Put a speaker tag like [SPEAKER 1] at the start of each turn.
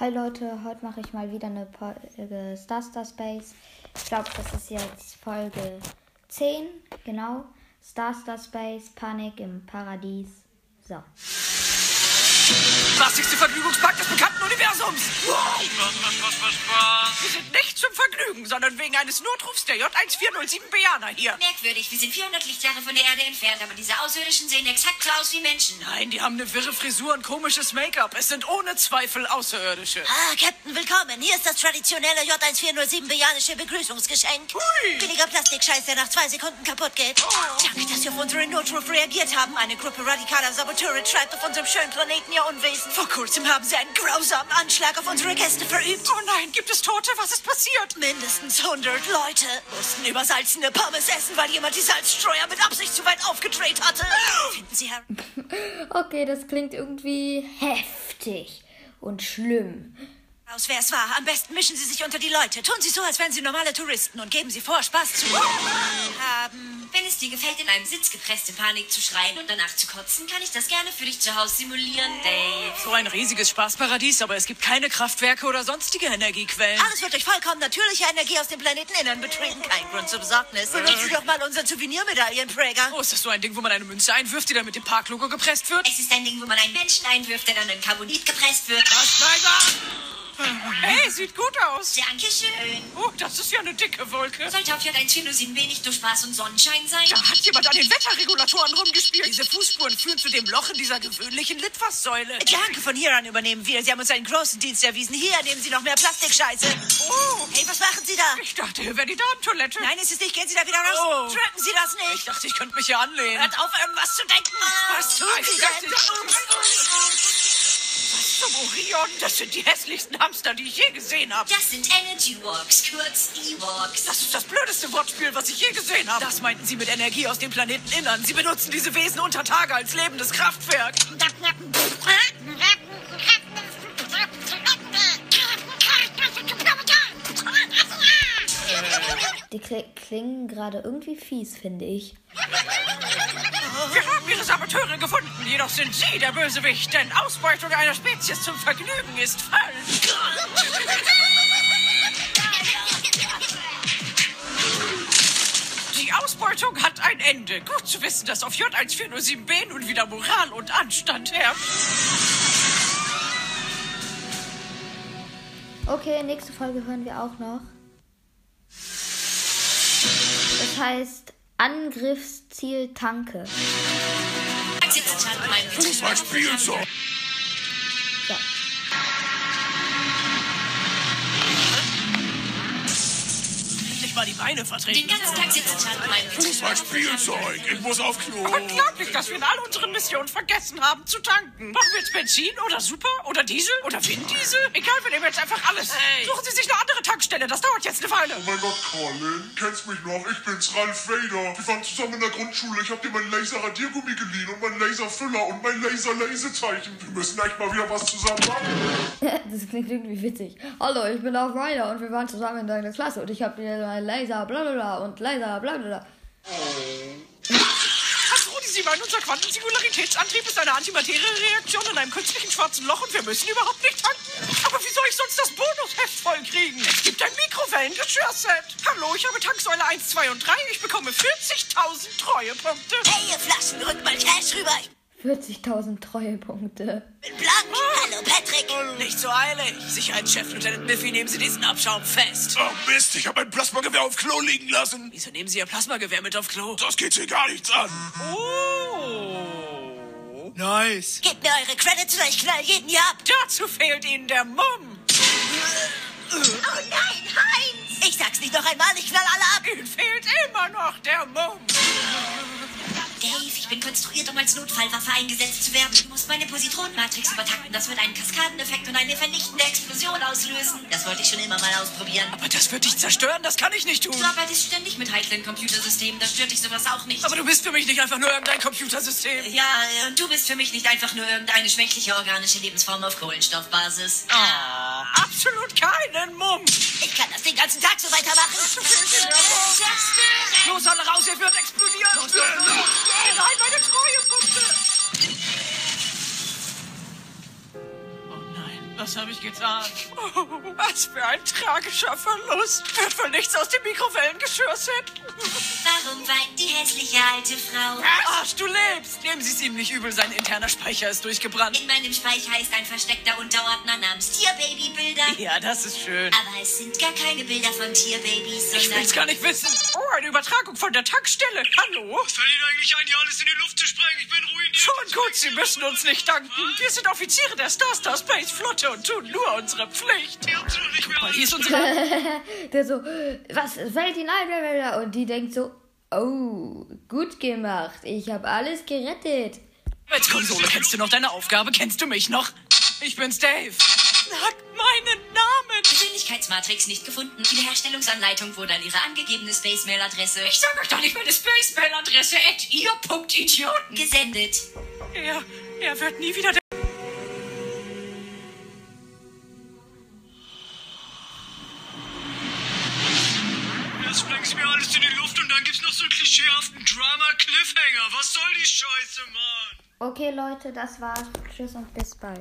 [SPEAKER 1] Hi Leute, heute mache ich mal wieder eine Folge Star Star Space. Ich glaube, das ist jetzt Folge 10, genau. Star Star Space, Panik im Paradies. So.
[SPEAKER 2] Plastigste Vergnügungspakt des bekannten Universums. Wow. Wir sind nicht zum Vergnügen, sondern wegen eines Notrufs der J1407 Beana hier.
[SPEAKER 3] Merkwürdig, wir sind 400 Lichtjahre von der Erde entfernt, aber diese Außerirdischen sehen exakt so aus wie Menschen.
[SPEAKER 2] Nein, die haben eine wirre Frisur und komisches Make-up. Es sind ohne Zweifel Außerirdische.
[SPEAKER 4] Ah, Captain, willkommen. Hier ist das traditionelle J1407 bejanische Begrüßungsgeschenk.
[SPEAKER 2] Hui.
[SPEAKER 4] Billiger Plastikscheiß, der nach zwei Sekunden kaputt geht.
[SPEAKER 3] Oh.
[SPEAKER 4] Danke, dass wir auf unseren Notruf reagiert haben. Eine Gruppe radikaler Saboteure treibt auf unserem schönen Planeten ihr Unwesen. Vor kurzem haben sie einen grausamen Anschlag auf unsere Gäste verübt.
[SPEAKER 2] Oh nein, gibt es Tote? Was ist passiert?
[SPEAKER 4] Mindestens 100 Leute mussten übersalzene Pommes essen, weil jemand die Salzstreuer mit Absicht zu weit aufgedreht hatte. Finden Sie Harry?
[SPEAKER 1] Okay, das klingt irgendwie heftig und schlimm.
[SPEAKER 4] Aus, wer es war. Am besten mischen Sie sich unter die Leute. Tun Sie so, als wären Sie normale Touristen und geben Sie vor, Spaß zu haben.
[SPEAKER 3] Wenn es dir gefällt, in einem Sitz gepresst in Panik zu schreien und danach zu kotzen, kann ich das gerne für dich zu Hause simulieren, Dave.
[SPEAKER 2] So ein riesiges Spaßparadies, aber es gibt keine Kraftwerke oder sonstige Energiequellen.
[SPEAKER 4] Alles wird durch vollkommen natürliche Energie aus dem Planeteninnern betrieben. Kein Grund zur Besorgnis.
[SPEAKER 3] Äh?
[SPEAKER 4] Benutzen Sie doch mal unseren Souvenirmedaillenträger.
[SPEAKER 2] Oh, ist das so ein Ding, wo man eine Münze einwirft, die dann mit dem Parklogo gepresst wird?
[SPEAKER 3] Es ist ein Ding, wo man einen Menschen einwirft, der dann in Carbonit gepresst wird.
[SPEAKER 2] Hey, sieht gut aus.
[SPEAKER 3] Dankeschön.
[SPEAKER 2] Oh, das ist ja eine dicke Wolke.
[SPEAKER 3] Sollte auf J1407 wenig nur Spaß und Sonnenschein sein?
[SPEAKER 2] Da hat jemand an den Wetterregulatoren rumgespielt. Diese Fußspuren führen zu dem Loch in dieser gewöhnlichen Litfaßsäule.
[SPEAKER 4] Danke, von hier an übernehmen wir. Sie haben uns einen großen Dienst erwiesen. Hier nehmen Sie noch mehr Plastikscheiße.
[SPEAKER 2] Oh,
[SPEAKER 4] Hey, was machen Sie da?
[SPEAKER 2] ich dachte, hier wäre die Damentoilette.
[SPEAKER 4] Nein, ist es nicht. Gehen Sie da wieder raus.
[SPEAKER 2] Oh.
[SPEAKER 4] Trappen Sie das
[SPEAKER 2] Ich
[SPEAKER 4] nicht.
[SPEAKER 2] dachte, ich könnte mich hier anlehnen.
[SPEAKER 4] Hört auf, irgendwas zu denken.
[SPEAKER 2] Was tun Sie denn? Was zum Orion? Das sind die hässlichsten Hamster, die ich je gesehen habe.
[SPEAKER 3] Das sind Energy Walks, kurz E-Walks.
[SPEAKER 2] Das ist das blödeste Wortspiel, was ich je gesehen habe. Das meinten Sie mit Energie aus dem Planeteninnern. Sie benutzen diese Wesen unter Tage als lebendes Kraftwerk.
[SPEAKER 1] Die kli klingen gerade irgendwie fies, finde ich.
[SPEAKER 2] Wir haben Ihre Saboteure gefunden, jedoch sind Sie der Bösewicht, denn Ausbeutung einer Spezies zum Vergnügen ist falsch. Die Ausbeutung hat ein Ende. Gut zu wissen, dass auf J1407b nun wieder Moral und Anstand herrscht.
[SPEAKER 1] Okay, nächste Folge hören wir auch noch. Das heißt Angriffsziel Tanke.
[SPEAKER 3] Sitzt halt mein Betrieb.
[SPEAKER 1] So.
[SPEAKER 2] Endlich mal die Beine vertreten.
[SPEAKER 3] Den ganzen Tag sitzt halt mein Betrieb.
[SPEAKER 5] Mein Spielzeug. Ich muss auf Klo.
[SPEAKER 2] Unglaublich, dass wir in all unseren Missionen vergessen haben zu tanken. Machen wir jetzt Benzin oder Super oder Diesel oder Winddiesel? Egal, wir nehmen jetzt einfach alles. Suchen Sie sich eine andere Tankstelle, das dauert jetzt eine Weile.
[SPEAKER 5] Mein Gott, Colin, kennst mich noch? Ich bin's, Ralf Vader. Wir waren zusammen in der Grundschule. Ich hab dir mein Laser-Radiergummi geliehen und mein Laserfüller und mein Laser-Lesezeichen. Wir müssen echt mal wieder was zusammen machen.
[SPEAKER 1] Das klingt irgendwie witzig. Hallo, ich bin Love Ryder und wir waren zusammen in deiner Klasse und ich habe dir mein Laser bla bla bla und Laser bla bla bla.
[SPEAKER 2] Als Rudi, Sie meinen, unser Quantensingularitätsantrieb ist eine Antimateriereaktion in einem künstlichen schwarzen Loch und wir müssen überhaupt nicht tanken. Aber wie soll ich sonst das Bonusheft vollkriegen? Es gibt ein Mikrowellengeschirrset. Hallo, ich habe Tanksäule 1, 2 und 3. Ich bekomme 40.000 Treuepunkte.
[SPEAKER 4] Hey, ihr Flaschen, rückt mal Cash rüber. Ich
[SPEAKER 1] 40.000 Treuepunkte.
[SPEAKER 4] bin blank. Hallo, Patrick.
[SPEAKER 2] Ah. Nicht so eilig. Sicherheitschef Lieutenant Miffy, nehmen Sie diesen Abschaum fest.
[SPEAKER 5] Oh Mist, ich hab mein Plasmagewehr auf Klo liegen lassen.
[SPEAKER 2] Wieso nehmen Sie Ihr Plasmagewehr mit auf Klo?
[SPEAKER 5] Das geht hier gar nichts an.
[SPEAKER 2] Oh.
[SPEAKER 6] Nice.
[SPEAKER 4] Gebt mir eure Credits oder ich knall jeden hier ab.
[SPEAKER 2] Dazu fehlt Ihnen der Mumm.
[SPEAKER 4] Oh nein, Heinz! Ich sag's nicht noch einmal, ich knall alle ab.
[SPEAKER 2] Ihnen fehlt immer noch der Mumm.
[SPEAKER 3] Dave, ich bin konstruiert, um als Notfallwaffe eingesetzt zu werden. Du musst meine Positronenmatrix übertakten. Das wird einen Kaskadeneffekt und eine vernichtende Explosion auslösen. Das wollte ich schon immer mal ausprobieren.
[SPEAKER 2] Aber das wird dich zerstören, das kann ich nicht tun.
[SPEAKER 3] Du arbeitest ständig mit heiklen Computersystemen. Da stört dich sowas auch nicht.
[SPEAKER 2] Aber du bist für mich nicht einfach nur irgendein Computersystem.
[SPEAKER 3] ja, und du bist für mich nicht einfach nur irgendeine schwächliche organische Lebensform auf Kohlenstoffbasis.
[SPEAKER 2] Absolut keinen Mumm.
[SPEAKER 4] Ich kann das den ganzen Tag so weitermachen.
[SPEAKER 2] Los, alle raus, ihr wird explodieren. Nein, meine Treuepunkte. Oh nein.
[SPEAKER 6] das habe ich getan.
[SPEAKER 2] Oh, was für ein tragischer Verlust. Wird wohl nichts aus dem Mikrowellengeschirrset.
[SPEAKER 3] Warum weint die hässliche alte Frau?
[SPEAKER 2] Arsch, du lebst. Nehmen Sie es ihm nicht übel, sein interner Speicher ist durchgebrannt.
[SPEAKER 3] In meinem Speicher ist ein versteckter Unterordner namens Tierbabybilder.
[SPEAKER 2] Ja, das ist schön.
[SPEAKER 3] Aber es sind gar keine Bilder von Tierbabys,
[SPEAKER 2] Ich
[SPEAKER 3] sondern...
[SPEAKER 2] will's gar nicht wissen. Oh, eine Übertragung von der Tankstelle. Hallo?
[SPEAKER 7] Was fällt Ihnen eigentlich ein, hier alles in die Luft zu sprengen? Ich bin ruiniert.
[SPEAKER 2] Schon gut, Sie müssen uns nicht danken. Wir sind Offiziere der Star Star Space Flotte und tun nur unsere Pflicht.
[SPEAKER 7] Sie haben sie doch nicht mehr
[SPEAKER 2] Hier
[SPEAKER 7] alle.
[SPEAKER 2] ist unsere...
[SPEAKER 1] Der so, was fällt Ihnen ein, Wer will da? Und die denkt so, oh, gut gemacht. Ich habe alles gerettet.
[SPEAKER 2] Als Konsole kennst du noch deine Aufgabe, kennst du mich noch? Ich bin's, Dave. Sag meinen Namen.
[SPEAKER 3] Persönlichkeitsmatrix nicht gefunden. In der Herstellungsanleitung wurde an ihre angegebene Spacemail-Adresse
[SPEAKER 6] Ich sag euch doch nicht meine Spacemail-Adresse, at ihr Punkt Idioten.
[SPEAKER 3] gesendet.
[SPEAKER 2] Er, er wird nie wieder der...
[SPEAKER 7] Erst sprengen sie mir alles in die Luft und dann gibt's noch so einen klischeehaften Drama-Cliffhanger. Was soll die Scheiße, Mann?
[SPEAKER 1] Okay, Leute, das war's. Tschüss und bis bald.